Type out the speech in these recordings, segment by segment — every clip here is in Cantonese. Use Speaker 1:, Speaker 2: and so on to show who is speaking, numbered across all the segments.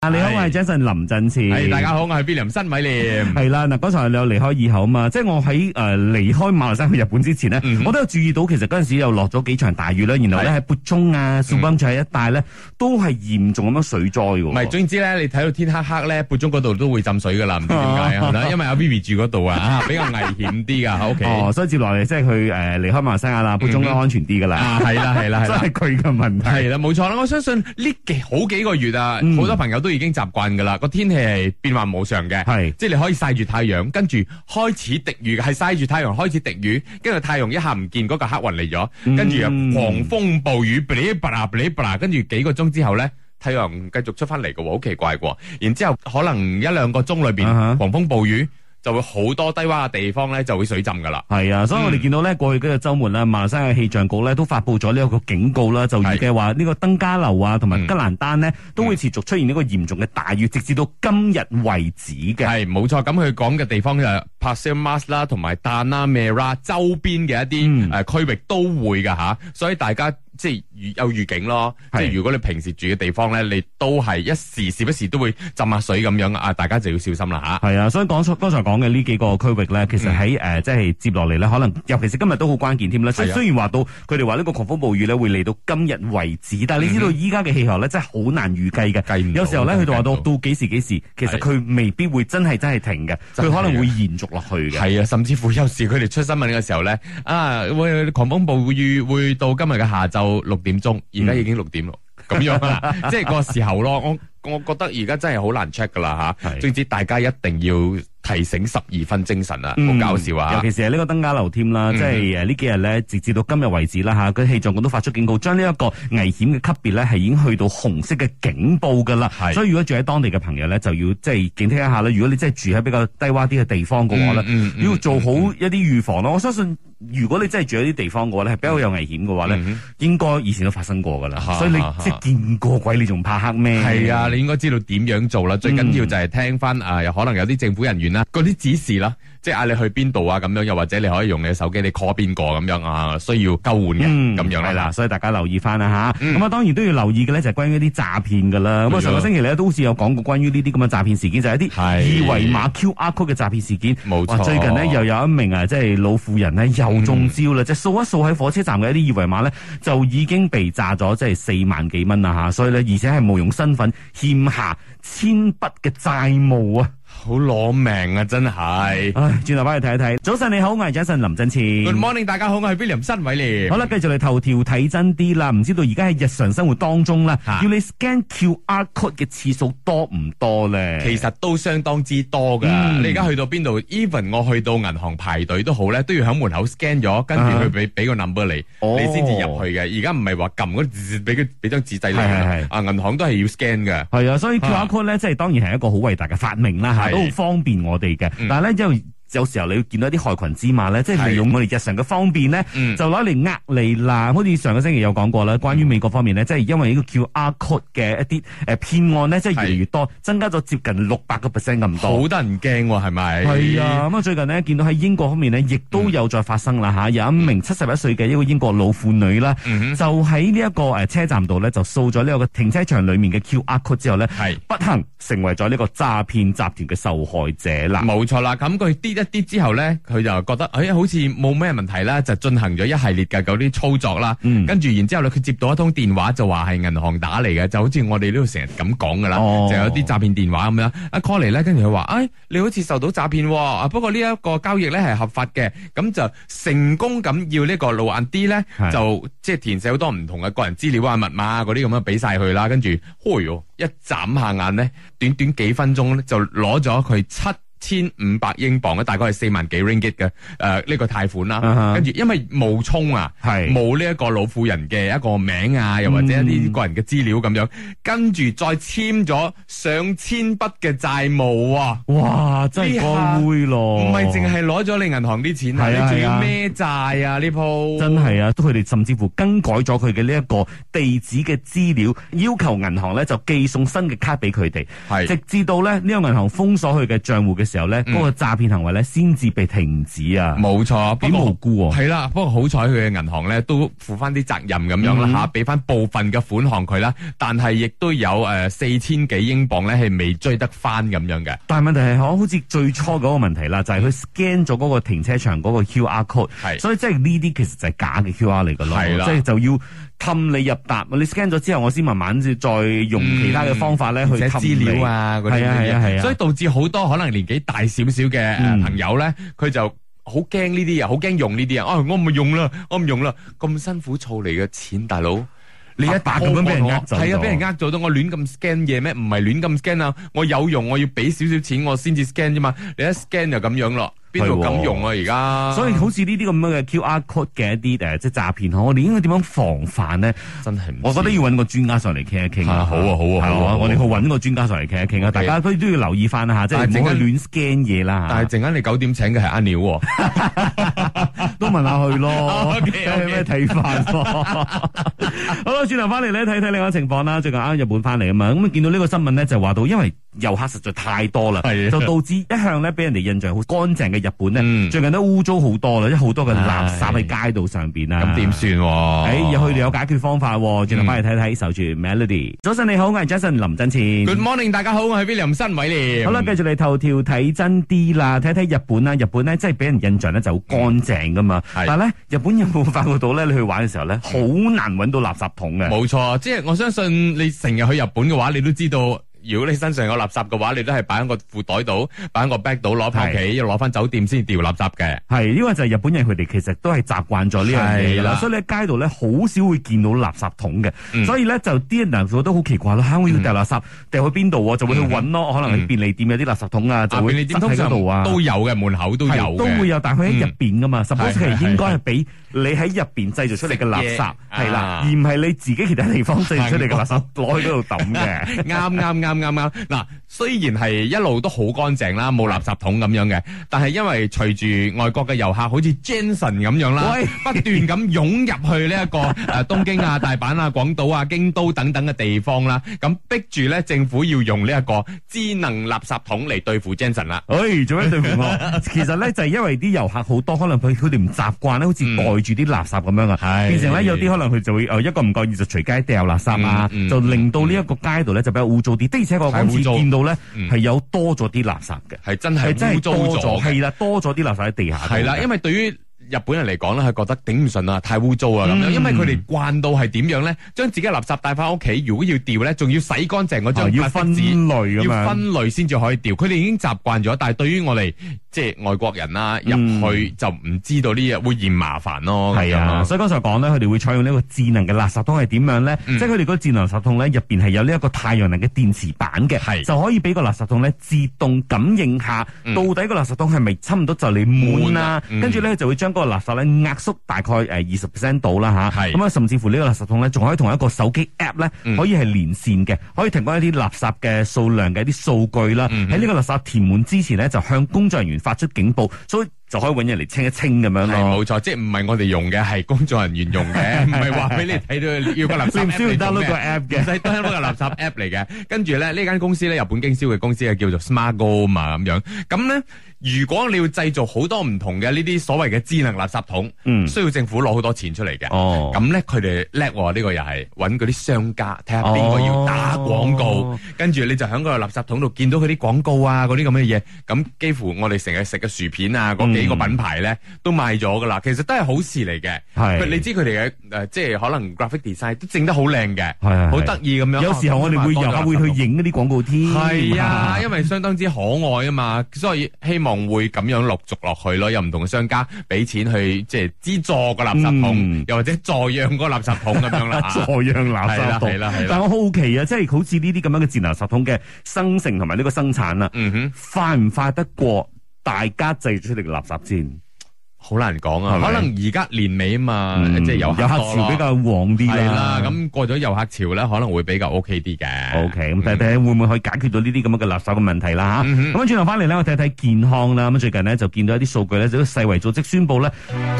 Speaker 1: 啊，你好，
Speaker 2: 係
Speaker 1: 我係 Jason 林振 前。
Speaker 2: 系大家好，我系 William 新米廉。
Speaker 1: 系啦，嗱，剛才你有離開以後啊嘛，即係我喺诶离开馬來西亞去日本之前呢，
Speaker 2: 嗯哼
Speaker 1: 我都有注意到，其實嗰阵时又落咗幾場大雨啦，然後咧
Speaker 2: 係
Speaker 1: 喺砵中
Speaker 2: 嗯
Speaker 1: 啊、素邦菜一帶咧，都係嚴重咁樣水災
Speaker 2: 唔係，
Speaker 1: 喎。
Speaker 2: 總之咧，你睇到天黑黑咧，半中嗰度都會浸水噶啦，唔知點解啊 係咪因為阿 Vivi 住嗰度啊，啊比較危險啲噶喺屋企。
Speaker 1: 哦，所以接落嚟即係去诶离开馬來西亞啦，砵中都
Speaker 2: 嗯哼
Speaker 1: 安全啲噶啦，
Speaker 2: 啊，係啦，係啦，係
Speaker 1: 真
Speaker 2: 啦
Speaker 1: 係。佢嘅問題。
Speaker 2: 係啦，冇錯啦，我相信呢幾好幾個月啊，好、
Speaker 1: 嗯
Speaker 2: 多朋友都已經習慣噶啦，個天氣係變幻無常嘅，
Speaker 1: 係
Speaker 2: 即係你可以曬住太陽，跟住開始滴雨嘅，係曬住太陽開始滴雨，跟住太陽一下唔見嗰嚿黑雲嚟咗，跟住又
Speaker 1: 嗯
Speaker 2: 狂風暴雨，噼里啪啦噼里啪啦，跟住幾個鐘之後咧。太陽繼續出翻嚟嘅喎，好奇怪嘅喎。然之後可能一兩個鐘裏邊
Speaker 1: 啊哈
Speaker 2: 狂風暴雨，就會好多低洼嘅地方咧就會水浸噶啦。
Speaker 1: 係啊，所以我哋見到咧，過去嗰個週末咧，馬來西亞氣象局咧都發布咗呢一個警告啦，就預計話呢個登嘉樓啊，同埋
Speaker 2: 嗯
Speaker 1: 吉蘭丹呢，都會持續出現呢個嚴重嘅大雨，直至到今日為止嘅。
Speaker 2: 係冇錯，咁佢講嘅地方就 p a s i Mas 啦，同埋 Tanah Merah 周邊嘅一
Speaker 1: 嗯
Speaker 2: 啲诶區域都會噶吓，所以大家即係預有預警咯。即
Speaker 1: 係
Speaker 2: 係如果你平時住嘅地方咧，你都係一時時不時都會浸下水咁樣啊，大家就要小心啦
Speaker 1: 係啊，所以講出剛才講嘅呢幾個區域咧，其實
Speaker 2: 嗯
Speaker 1: 喺誒、呃即係接落嚟咧，可能尤其是今日都好關鍵添啦。雖
Speaker 2: 係啊
Speaker 1: 雖然話到佢哋話呢個狂風暴雨咧會嚟到今日為止，
Speaker 2: 嗯
Speaker 1: 但係你知道依家嘅氣候咧真係好難預計嘅。
Speaker 2: 吓。計唔到
Speaker 1: 有時候咧，佢哋話到
Speaker 2: 計唔
Speaker 1: 到幾時幾時，其實
Speaker 2: 係
Speaker 1: 佢未必會真係真係停嘅，佢
Speaker 2: 真係
Speaker 1: 可能
Speaker 2: 嘅
Speaker 1: 會延續落去嘅。
Speaker 2: 係啊，甚至乎有時佢哋出新聞嘅時候咧，啊，會狂風暴雨會到今日嘅下晝六點鐘，而家已經六點咯，咁、
Speaker 1: 嗯
Speaker 2: 樣啦，即係個時候咯。我我覺得而家真係好難 check 噶啦吓，
Speaker 1: 係
Speaker 2: 總之大家一定要提醒十二分精神啊，好、
Speaker 1: 嗯
Speaker 2: 搞笑啊
Speaker 1: 尤！其是係呢個登嘉樓添啦，
Speaker 2: 嗯
Speaker 1: 即係誒呃呢幾日咧，直至到今日為止啦嚇，佢氣象局都發出警告，將呢一個危險嘅級別咧係已經去到紅色嘅警報㗎啦。
Speaker 2: 係
Speaker 1: 所以如果住喺當地嘅朋友咧，就要即係警惕一下啦。如果你真係住喺比較低洼啲嘅地方嘅話咧，
Speaker 2: 嗯嗯嗯
Speaker 1: 要做好一啲預防咯。我相信如果你真係住喺啲地方嘅話咧，係比較有危險嘅話咧，
Speaker 2: 嗯
Speaker 1: 應該以前都發生過㗎啦。
Speaker 2: 嚇
Speaker 1: 所以你
Speaker 2: 嚇
Speaker 1: 即係見過鬼，你仲怕黑咩？
Speaker 2: 係啊，你應該知道點樣做啦。最緊要就係聽翻
Speaker 1: 嗯
Speaker 2: 啊，有可能有啲政府人員啦，啊嗰啲指示啦，即係嗌你去邊度啊咁樣，又或者你可以用你嘅手機你 call 邊個咁樣啊，需要救援嘅
Speaker 1: 嗯，
Speaker 2: 咁樣
Speaker 1: 係啦，
Speaker 2: 啦。
Speaker 1: 所以大家留意翻啦吓。
Speaker 2: 嗯
Speaker 1: 咁啊，當然都要留意嘅咧，就係關於啲詐騙噶啦。咁
Speaker 2: 係
Speaker 1: 啊，
Speaker 2: 啊
Speaker 1: 上個星期咧都好似有講過關於呢啲咁嘅詐騙事件，就係一啲二
Speaker 2: 係
Speaker 1: 維碼 QR code 嘅詐騙事件。
Speaker 2: 冇
Speaker 1: 哇
Speaker 2: 錯，
Speaker 1: 最近呢，又有一名啊，即係老婦人呢，又中招
Speaker 2: 嗯
Speaker 1: 啦，即係掃一掃喺火車站嘅一啲二維碼呢，就已經被炸咗，即係四萬幾蚊啦吓，所以呢，而且係冒用身份欠下千筆嘅債務啊！
Speaker 2: 好攞命啊，真係。
Speaker 1: 唉，轉頭翻去睇一睇。早晨你好，我係 Jason 林振前。
Speaker 2: Good morning，大家好，我係 William 新偉廉。
Speaker 1: 好啦，繼續嚟頭條睇真啲啦。唔知道而家喺日常生活當中啦，
Speaker 2: 嚇
Speaker 1: 要你 scan QR code 嘅次數多唔多咧？
Speaker 2: 其實都相當之多噶，
Speaker 1: 嗯
Speaker 2: 你而家去到邊度，even 我去到銀行排隊都好咧，都要喺門口 scan 咗，跟住
Speaker 1: 啊
Speaker 2: 佢俾俾個 number 你，
Speaker 1: 哦
Speaker 2: 你先至入去嘅。而家唔係話撳嗰啲字俾佢俾張紙仔你㗎
Speaker 1: 係係係
Speaker 2: 啊，銀行都係要 scan 嘅。
Speaker 1: 係啊，所以 QR
Speaker 2: 啊
Speaker 1: code 咧，即係當然係一個好偉大嘅發明啦，嚇
Speaker 2: 係
Speaker 1: 都好方便我哋嘅。
Speaker 2: 嗯
Speaker 1: 但係咧，因為有時候你會見到一啲害群之馬咧，即係
Speaker 2: 係
Speaker 1: 利用我哋日常嘅方便咧，
Speaker 2: 嗯
Speaker 1: 就攞嚟呃你啦。好似上個星期有講過啦，關於美國方面咧，即係因為呢個 QR code 嘅一啲誒騙案咧，即係越嚟越多，增加咗接近六百個 percent 咁多。
Speaker 2: 好得人驚喎，係咪？
Speaker 1: 係啊，咁啊最近呢，見到喺英國方面呢，亦都有再發生啦嚇，有一名七十一歲嘅一個英國老婦女啦，
Speaker 2: 嗯哼，
Speaker 1: 就喺呢一個誒車站度咧，就掃咗呢個停車場裡面嘅 QR code 之後咧，
Speaker 2: 係。
Speaker 1: 不幸成為咗呢個詐騙集團嘅受害者啦。
Speaker 2: 冇錯啦，咁佢跌一跌之後咧，佢就覺得，哎呀，好似冇咩問題啦，就進行咗一系列嘅嗰啲操作啦。
Speaker 1: 嗯
Speaker 2: 跟住然之後咧，佢接到一通電話就話係銀行打嚟嘅，就好似我哋呢度成日咁講噶啦，
Speaker 1: 哦
Speaker 2: 就有啲詐騙電話咁樣。一 call 嚟咧，跟住佢話，哎，你好似受到詐騙喎，啊，不過呢一個交易咧係合法嘅，咁就成功咁要呢個路眼 D 咧
Speaker 1: 係，
Speaker 2: 就即係填寫好多唔同嘅個人資料啊、密碼啊嗰啲咁樣俾晒佢啦，跟住，哎呦，一眨下眼咧，短短幾分鐘咧就攞咗佢七千五百英鎊咧，大概係四萬幾 ringgit 嘅，誒、呃呢個貸款
Speaker 1: 啊哈
Speaker 2: 啦，跟住因為冒充啊，
Speaker 1: 係
Speaker 2: 冇呢一個老婦人嘅一個名啊，又或者一啲個人嘅資料咁樣，跟住再簽咗上千筆嘅債務啊！
Speaker 1: 哇，真係光灰咯，
Speaker 2: 唔係淨係攞咗你銀行啲錢
Speaker 1: 係啊
Speaker 2: 哦啊，你仲
Speaker 1: 係啊
Speaker 2: 要孭債啊？呢鋪
Speaker 1: 真係啊！佢哋甚至乎更改咗佢嘅呢一個地址嘅資料，要求銀行咧就寄送新嘅卡俾佢哋。
Speaker 2: 係
Speaker 1: 直至到咧呢個銀行封鎖佢嘅帳戶嘅時候咧，
Speaker 2: 嗯
Speaker 1: 嗰個詐騙行為咧先至被停止啊，
Speaker 2: 冇錯，
Speaker 1: 幾
Speaker 2: 不
Speaker 1: 無
Speaker 2: 過
Speaker 1: 辜喎。
Speaker 2: 係啦，不過好彩佢嘅銀行咧都負翻啲責任咁樣啦
Speaker 1: 嗯
Speaker 2: 吓，俾翻部分嘅款項佢啦，但係亦都有诶四千幾英镑咧係未追得翻咁樣嘅，
Speaker 1: 但係問題係，好似最初嗰個問題啦，就係佢 scan 咗嗰個停車場嗰個 QR code，
Speaker 2: 嗯係
Speaker 1: 所以即係呢啲其實就係假嘅 QR 嚟噶咯，
Speaker 2: 係啦
Speaker 1: 即係就要氹你入搭，你 scan 咗之後，我先慢慢再用其他嘅方法咧去
Speaker 2: 而且
Speaker 1: 氹
Speaker 2: 嗯資料
Speaker 1: 你。
Speaker 2: 啊嗰啲
Speaker 1: 係啊係啊係啊
Speaker 2: 所以導致好多可能年紀大少少嘅呃
Speaker 1: 嗯
Speaker 2: 朋友咧，佢就。好驚呢啲嘢，好驚用呢啲嘢。啊，我唔用啦，我唔用啦，咁辛苦儲嚟嘅錢，大佬，你一
Speaker 1: 白白咁樣俾人呃走咗
Speaker 2: 係啊，俾人呃咗到，我亂咁 scan 嘢咩？唔係亂咁 scan 啊，我有用，我要俾少少錢我先至 scan 啫嘛。你一 scan 就咁樣咯，邊度
Speaker 1: 係喎
Speaker 2: 咁用啊？而家
Speaker 1: 所以好似呢啲咁樣嘅 QR code 嘅一啲誒，即係詐騙，我哋應該點樣防範咧？
Speaker 2: 真係唔知，
Speaker 1: 我覺得要揾個專家上嚟傾一傾
Speaker 2: 啊好啊好啊
Speaker 1: 係
Speaker 2: 好啊好啊
Speaker 1: 我哋去揾個專家上嚟傾一傾啊！
Speaker 2: OK
Speaker 1: 大家都都要留意翻下，即係
Speaker 2: 但係
Speaker 1: 唔好
Speaker 2: 陣
Speaker 1: 去
Speaker 2: 間
Speaker 1: 亂 scan 嘢啦
Speaker 2: 但
Speaker 1: 嚇
Speaker 2: 係陣間你九點請嘅係阿鳥喎。
Speaker 1: 都問下佢 咯
Speaker 2: OK，OK
Speaker 1: 有咩睇法咯？ 好啦，轉頭翻嚟咧，睇睇另外一個情況啦。最近啱日本翻嚟啊嘛，咁見到呢個新聞咧，就話到因為遊客實在太多啦，
Speaker 2: 係啊
Speaker 1: 就導致一向咧俾人哋印象好乾淨嘅日本咧，
Speaker 2: 嗯
Speaker 1: 最近都污糟好多啦，即係好多嘅垃圾
Speaker 2: 唉
Speaker 1: 喺街道上邊啊。
Speaker 2: 咁點算喎？
Speaker 1: 诶，有佢哋有解決方法喎，轉頭翻嚟睇睇，守住 Melody。早晨你好，我係 Jason 林振前。
Speaker 2: Good morning，大家好，我係 William 新偉廉。
Speaker 1: 好啦，繼續嚟頭條睇真啲啦，睇睇日本啦。日本咧，真係俾人印象咧就好乾淨噶嘛。
Speaker 2: 係
Speaker 1: 但係咧，日本有冇發覺到咧？你去玩嘅時候咧，好難揾到垃圾桶嘅。
Speaker 2: 嗯 冇錯，即係我相信你成日去日本嘅話，你都知道。如果你身上有垃圾嘅話，你都係擺喺個褲袋度，擺喺個 bag 度，攞翻屋企，又攞翻酒店先掉垃圾嘅。
Speaker 1: 係，因為就係日本人佢哋其實都係習慣咗呢樣嘢㗎
Speaker 2: 係
Speaker 1: 啦，
Speaker 2: 啦
Speaker 1: 所以咧街度咧好少會見到垃圾桶嘅，
Speaker 2: 嗯
Speaker 1: 所以咧就啲人就覺得好奇怪咯，嚇我要掉垃圾掉去邊度啊？就會去揾咯，可能喺
Speaker 2: 嗯
Speaker 1: 便利店有啲垃圾桶啊，就
Speaker 2: 啊
Speaker 1: 會
Speaker 2: 便利店
Speaker 1: 塞
Speaker 2: 通
Speaker 1: 喺嗰
Speaker 2: 常
Speaker 1: 度啊。
Speaker 2: 都有嘅，門口都有
Speaker 1: 係都會
Speaker 2: 嘅。嗯
Speaker 1: 有，但係佢喺入邊噶嘛，suppose
Speaker 2: 係係
Speaker 1: 佢應該
Speaker 2: 係
Speaker 1: 係俾你喺入邊製造出嚟嘅垃
Speaker 2: 食
Speaker 1: 圾
Speaker 2: 嘢，
Speaker 1: 係啦，
Speaker 2: 啊
Speaker 1: 而唔係你自己其他地方製造出嚟嘅垃 圾攞去嗰度抌嘅。
Speaker 2: 啱啱啱啱啱嗱，雖然係一路都好乾淨啦，冇垃圾桶咁樣嘅，但係因為隨住外國嘅遊客好似 Jenson 咁樣啦
Speaker 1: 喂，
Speaker 2: 不斷咁湧入去 呢一個誒東京啊、大阪啊、廣島啊、京都等等嘅地方啦，咁逼住咧政府要用呢一個智能垃圾桶嚟對付 Jenson 啦。
Speaker 1: 誒哎做咩對付我？其實咧就係因為啲遊客好多，可能佢佢哋唔習慣咧，好似
Speaker 2: 嗯
Speaker 1: 袋住啲垃圾咁樣啊，
Speaker 2: 係
Speaker 1: 變成咧有啲可能佢就會誒一個唔覺意就隨街掉垃圾啊
Speaker 2: 嗯，嗯
Speaker 1: 就令到呢一個街度咧就比較污糟啲。的而且確我
Speaker 2: 係
Speaker 1: 今
Speaker 2: 污
Speaker 1: 次
Speaker 2: 糟
Speaker 1: 見到咧
Speaker 2: 嗯
Speaker 1: 係有多咗啲垃圾嘅，
Speaker 2: 係真
Speaker 1: 係真
Speaker 2: 係污
Speaker 1: 係
Speaker 2: 糟
Speaker 1: 多
Speaker 2: 咗
Speaker 1: 咗，
Speaker 2: 嘅，
Speaker 1: 係啦，多咗啲垃圾喺地下度嘅。
Speaker 2: 係啦，因為對於日本人嚟講咧，佢覺得頂唔順啊，太污糟啊咁樣，
Speaker 1: 嗯
Speaker 2: 因為佢哋慣到係點樣咧，將自己嘅垃圾帶翻屋企，如果要掉咧，仲要洗乾淨嗰
Speaker 1: 啊
Speaker 2: 張
Speaker 1: 要
Speaker 2: 白色
Speaker 1: 分
Speaker 2: 紙
Speaker 1: 類咁
Speaker 2: 要
Speaker 1: 樣。
Speaker 2: 分類先至可以掉，佢哋已經習慣咗，但係對於我哋即係外國人啦，入
Speaker 1: 嗯
Speaker 2: 去就唔知道呢嘢會嫌麻煩咯。
Speaker 1: 係
Speaker 2: 咁樣
Speaker 1: 啊，
Speaker 2: 咯
Speaker 1: 所以剛才講咧，佢哋會採用呢個智能嘅垃圾桶係點樣咧？
Speaker 2: 嗯
Speaker 1: 即係佢哋嗰個智能垃圾桶咧，入邊係有呢一個太陽能嘅電池板嘅，
Speaker 2: 係
Speaker 1: 就可以俾個垃圾桶咧自動感應下，
Speaker 2: 嗯
Speaker 1: 到底個垃圾桶係咪差唔多就嚟滿
Speaker 2: 滿
Speaker 1: 啦
Speaker 2: 啦？嗯
Speaker 1: 跟住咧就會將嗰個垃圾咧壓縮大概誒二十 percent 到啦吓，
Speaker 2: 係
Speaker 1: 咁啊，甚至乎呢個垃圾桶咧，仲可以同一個手機 app 咧，
Speaker 2: 嗯
Speaker 1: 可以係連線嘅，可以提供一啲垃圾嘅數量嘅一啲數據啦。
Speaker 2: 嗯
Speaker 1: 喺呢個垃圾填滿之前咧，就向工作人員發出警報，所以就可以揾人嚟清一清咁樣
Speaker 2: 係
Speaker 1: 咯。
Speaker 2: 冇錯，即係唔係我哋用嘅，係工作人員用嘅，唔係話俾你睇到要個 垃圾 app
Speaker 1: 你唔需要
Speaker 2: 嚟做
Speaker 1: download
Speaker 2: 咩
Speaker 1: 個 app 嘅
Speaker 2: 唔使 download 個垃圾 app 嚟嘅。跟住咧，呢間公司咧，日本經銷嘅公司係叫做 Smartgo 嘛咁樣。咁咧，如果你要製造好多唔同嘅呢啲所謂嘅智能垃圾桶，
Speaker 1: 嗯
Speaker 2: 需要政府攞好多錢出嚟嘅。
Speaker 1: 哦
Speaker 2: 咁咧，佢哋叻喎，呢個又係揾嗰啲商家睇下邊個要打廣告
Speaker 1: 哦，
Speaker 2: 跟住你就喺個垃圾桶度見到佢啲廣告啊，嗰啲咁嘅嘢。咁幾乎我哋成日食嘅薯片啊，嗰幾個
Speaker 1: 嗯
Speaker 2: 品牌咧都賣咗噶啦。其實都係好事嚟嘅。
Speaker 1: 係
Speaker 2: 佢你知佢哋嘅誒，呃即係可能 graphic design 都整得好靚嘅，
Speaker 1: 係係係
Speaker 2: 好得意咁啊樣。
Speaker 1: 有時候我哋會遊客會去影嗰啲廣告添。
Speaker 2: 係啊， 因為相當之可愛啊嘛，所以希望會咁樣陸續落去咯。有唔同嘅商家俾錢去即係資助個垃圾桶，
Speaker 1: 嗯。
Speaker 2: 又或者助養個垃圾桶咁樣啦
Speaker 1: 助養垃圾
Speaker 2: 係啦係啦係
Speaker 1: 桶
Speaker 2: 啦，
Speaker 1: 但我好奇啊，即係好似呢啲咁樣嘅智能垃圾桶嘅生成同埋呢個生產啊，
Speaker 2: 嗯哼，
Speaker 1: 快唔快得過大家製造出嚟嘅垃圾先？
Speaker 2: 好難講
Speaker 1: 係
Speaker 2: 啊，
Speaker 1: 咪
Speaker 2: 可能而家年尾啊嘛，
Speaker 1: 嗯
Speaker 2: 即係遊
Speaker 1: 有
Speaker 2: 客
Speaker 1: 客潮比
Speaker 2: 較
Speaker 1: 較旺啲
Speaker 2: 係
Speaker 1: 啦
Speaker 2: 啦。。咁過咗遊客潮咧，可能會比較 OK 啲嘅。
Speaker 1: O K，咁睇睇會唔會去解決到呢啲咁樣嘅垃圾嘅問題啦吓。
Speaker 2: 嗯
Speaker 1: 咁啊轉頭翻嚟咧，我睇睇健康啦。咁啊最近呢，就見到一啲數據咧，就世衞組織宣布咧，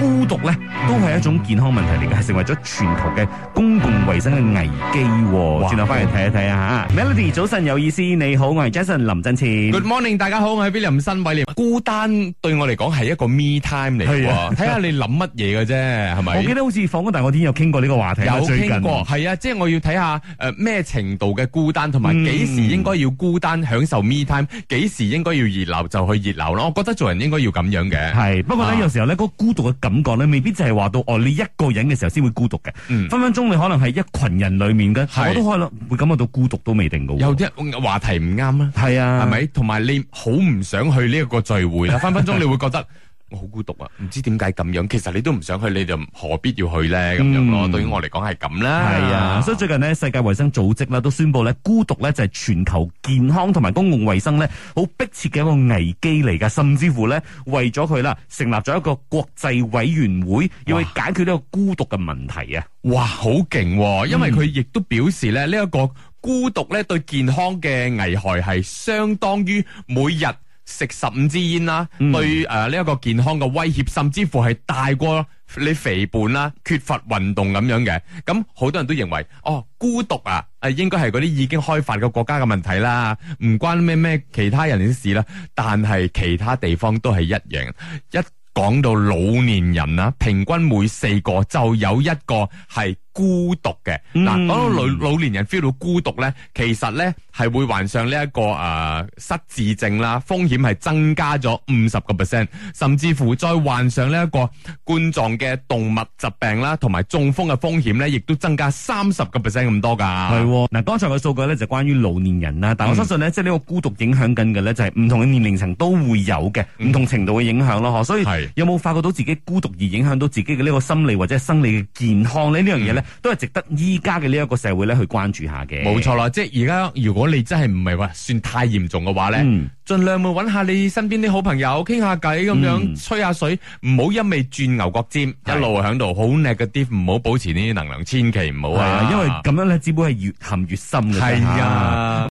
Speaker 1: 孤獨咧都係一種健康問題嚟嘅，係成為咗全球嘅公共衞生嘅危機喎。轉頭翻嚟睇一睇啊吓。Melody 早晨有意思，你好，我係 Jason 林振前。
Speaker 2: Good morning，大家好，我係 William 新偉廉。孤單對我嚟講係一個 me time 嚟嘅
Speaker 1: 係啊
Speaker 2: 喎，睇下你諗乜嘢嘅啫，係咪？
Speaker 1: 我記得好似放工大我天有傾過呢個話題啦，
Speaker 2: 有
Speaker 1: 最
Speaker 2: 傾
Speaker 1: 近
Speaker 2: 過，係啊，即係我要睇下誒咩程度嘅孤單，同埋
Speaker 1: 嗯
Speaker 2: 幾時應該要孤單享受 me time，幾時應該要熱鬧就去熱鬧咯。我覺得做人應該要咁樣嘅，
Speaker 1: 係，不過咧、
Speaker 2: 啊
Speaker 1: 有時候咧，嗰、個孤獨嘅感覺咧，未必就係話到哦，你一個人嘅時候先會孤獨嘅。
Speaker 2: 嗯
Speaker 1: 分分鐘你可能係一群人裡面嘅，
Speaker 2: 係
Speaker 1: 我都可能會感覺到孤獨都未定嘅喎。
Speaker 2: 有啲話題唔啱啦，
Speaker 1: 係啊，
Speaker 2: 係？咪？同埋你好唔想去呢一個聚 會啦，分分鐘你會覺得。我好孤獨啊！唔知點解咁樣，其實你都唔想去，你就何必要去咧？咁樣咯，
Speaker 1: 嗯
Speaker 2: 對於我嚟講係咁啦。
Speaker 1: 係啊，所以最近呢，世界衛生組織啦都宣布咧，孤獨咧就係全球健康同埋公共衛生咧好迫切嘅一個危機嚟㗎，甚至乎咧為咗佢啦，成立咗一個國際委員會，要去解決呢個孤獨嘅問題啊。
Speaker 2: 哇，好勁喎！因為佢亦都表示咧，呢、一個孤獨咧對健康嘅危害係相當於每日食十五支煙啦，
Speaker 1: 嗯
Speaker 2: 對誒呢一個健康嘅威脅，甚至乎係大過你肥胖啦、缺乏運動咁樣嘅。咁好多人都認為，哦，孤獨啊，誒應該係嗰啲已經開發嘅國家嘅問題啦，唔關咩咩其他人嘅事啦。但係其他地方都係一樣一。講到老年人啦，平均每四個就有一個係孤獨嘅。
Speaker 1: 嗯
Speaker 2: 嗱、講到老老年人 feel 到孤獨咧，其實咧係會患上呢、一個誒、呃失智症啦，風險係增加咗五十個 percent，甚至乎再患上呢一個冠狀嘅動脈疾病啦，同埋中風嘅風險咧，亦都增加三十個 percent 咁多
Speaker 1: 係
Speaker 2: 㗎。
Speaker 1: 喎嗱，剛才嘅數據咧就關於老年人啦，但我
Speaker 2: 啊嗯
Speaker 1: 相信咧，即係呢個孤獨影響緊嘅咧，就係唔同嘅年齡層都會有嘅，
Speaker 2: 嗯
Speaker 1: 唔同程度嘅影響咯，嗬。所以
Speaker 2: 係
Speaker 1: 有冇發覺到自己孤獨而影響到自己嘅呢個心理或者係生理嘅健康咧？呢樣嘢咧都係值得依家嘅呢一個社會咧去關注下嘅。
Speaker 2: 嗯冇錯啦，即係而家如果你真係唔係話算太嚴重嘅話咧。
Speaker 1: 嗯，
Speaker 2: 盡量咪揾下你身邊啲好朋友傾下偈咁樣，
Speaker 1: 嗯
Speaker 2: 吹下水，唔好一味轉牛角尖，一
Speaker 1: 係
Speaker 2: 路喺度好 negative，唔好保持呢啲能量，千祈唔好
Speaker 1: 係啊
Speaker 2: 啊，
Speaker 1: 因為咁樣咧，只不過係越陷越深嘅啫。
Speaker 2: 係
Speaker 1: 嚇
Speaker 2: 啊。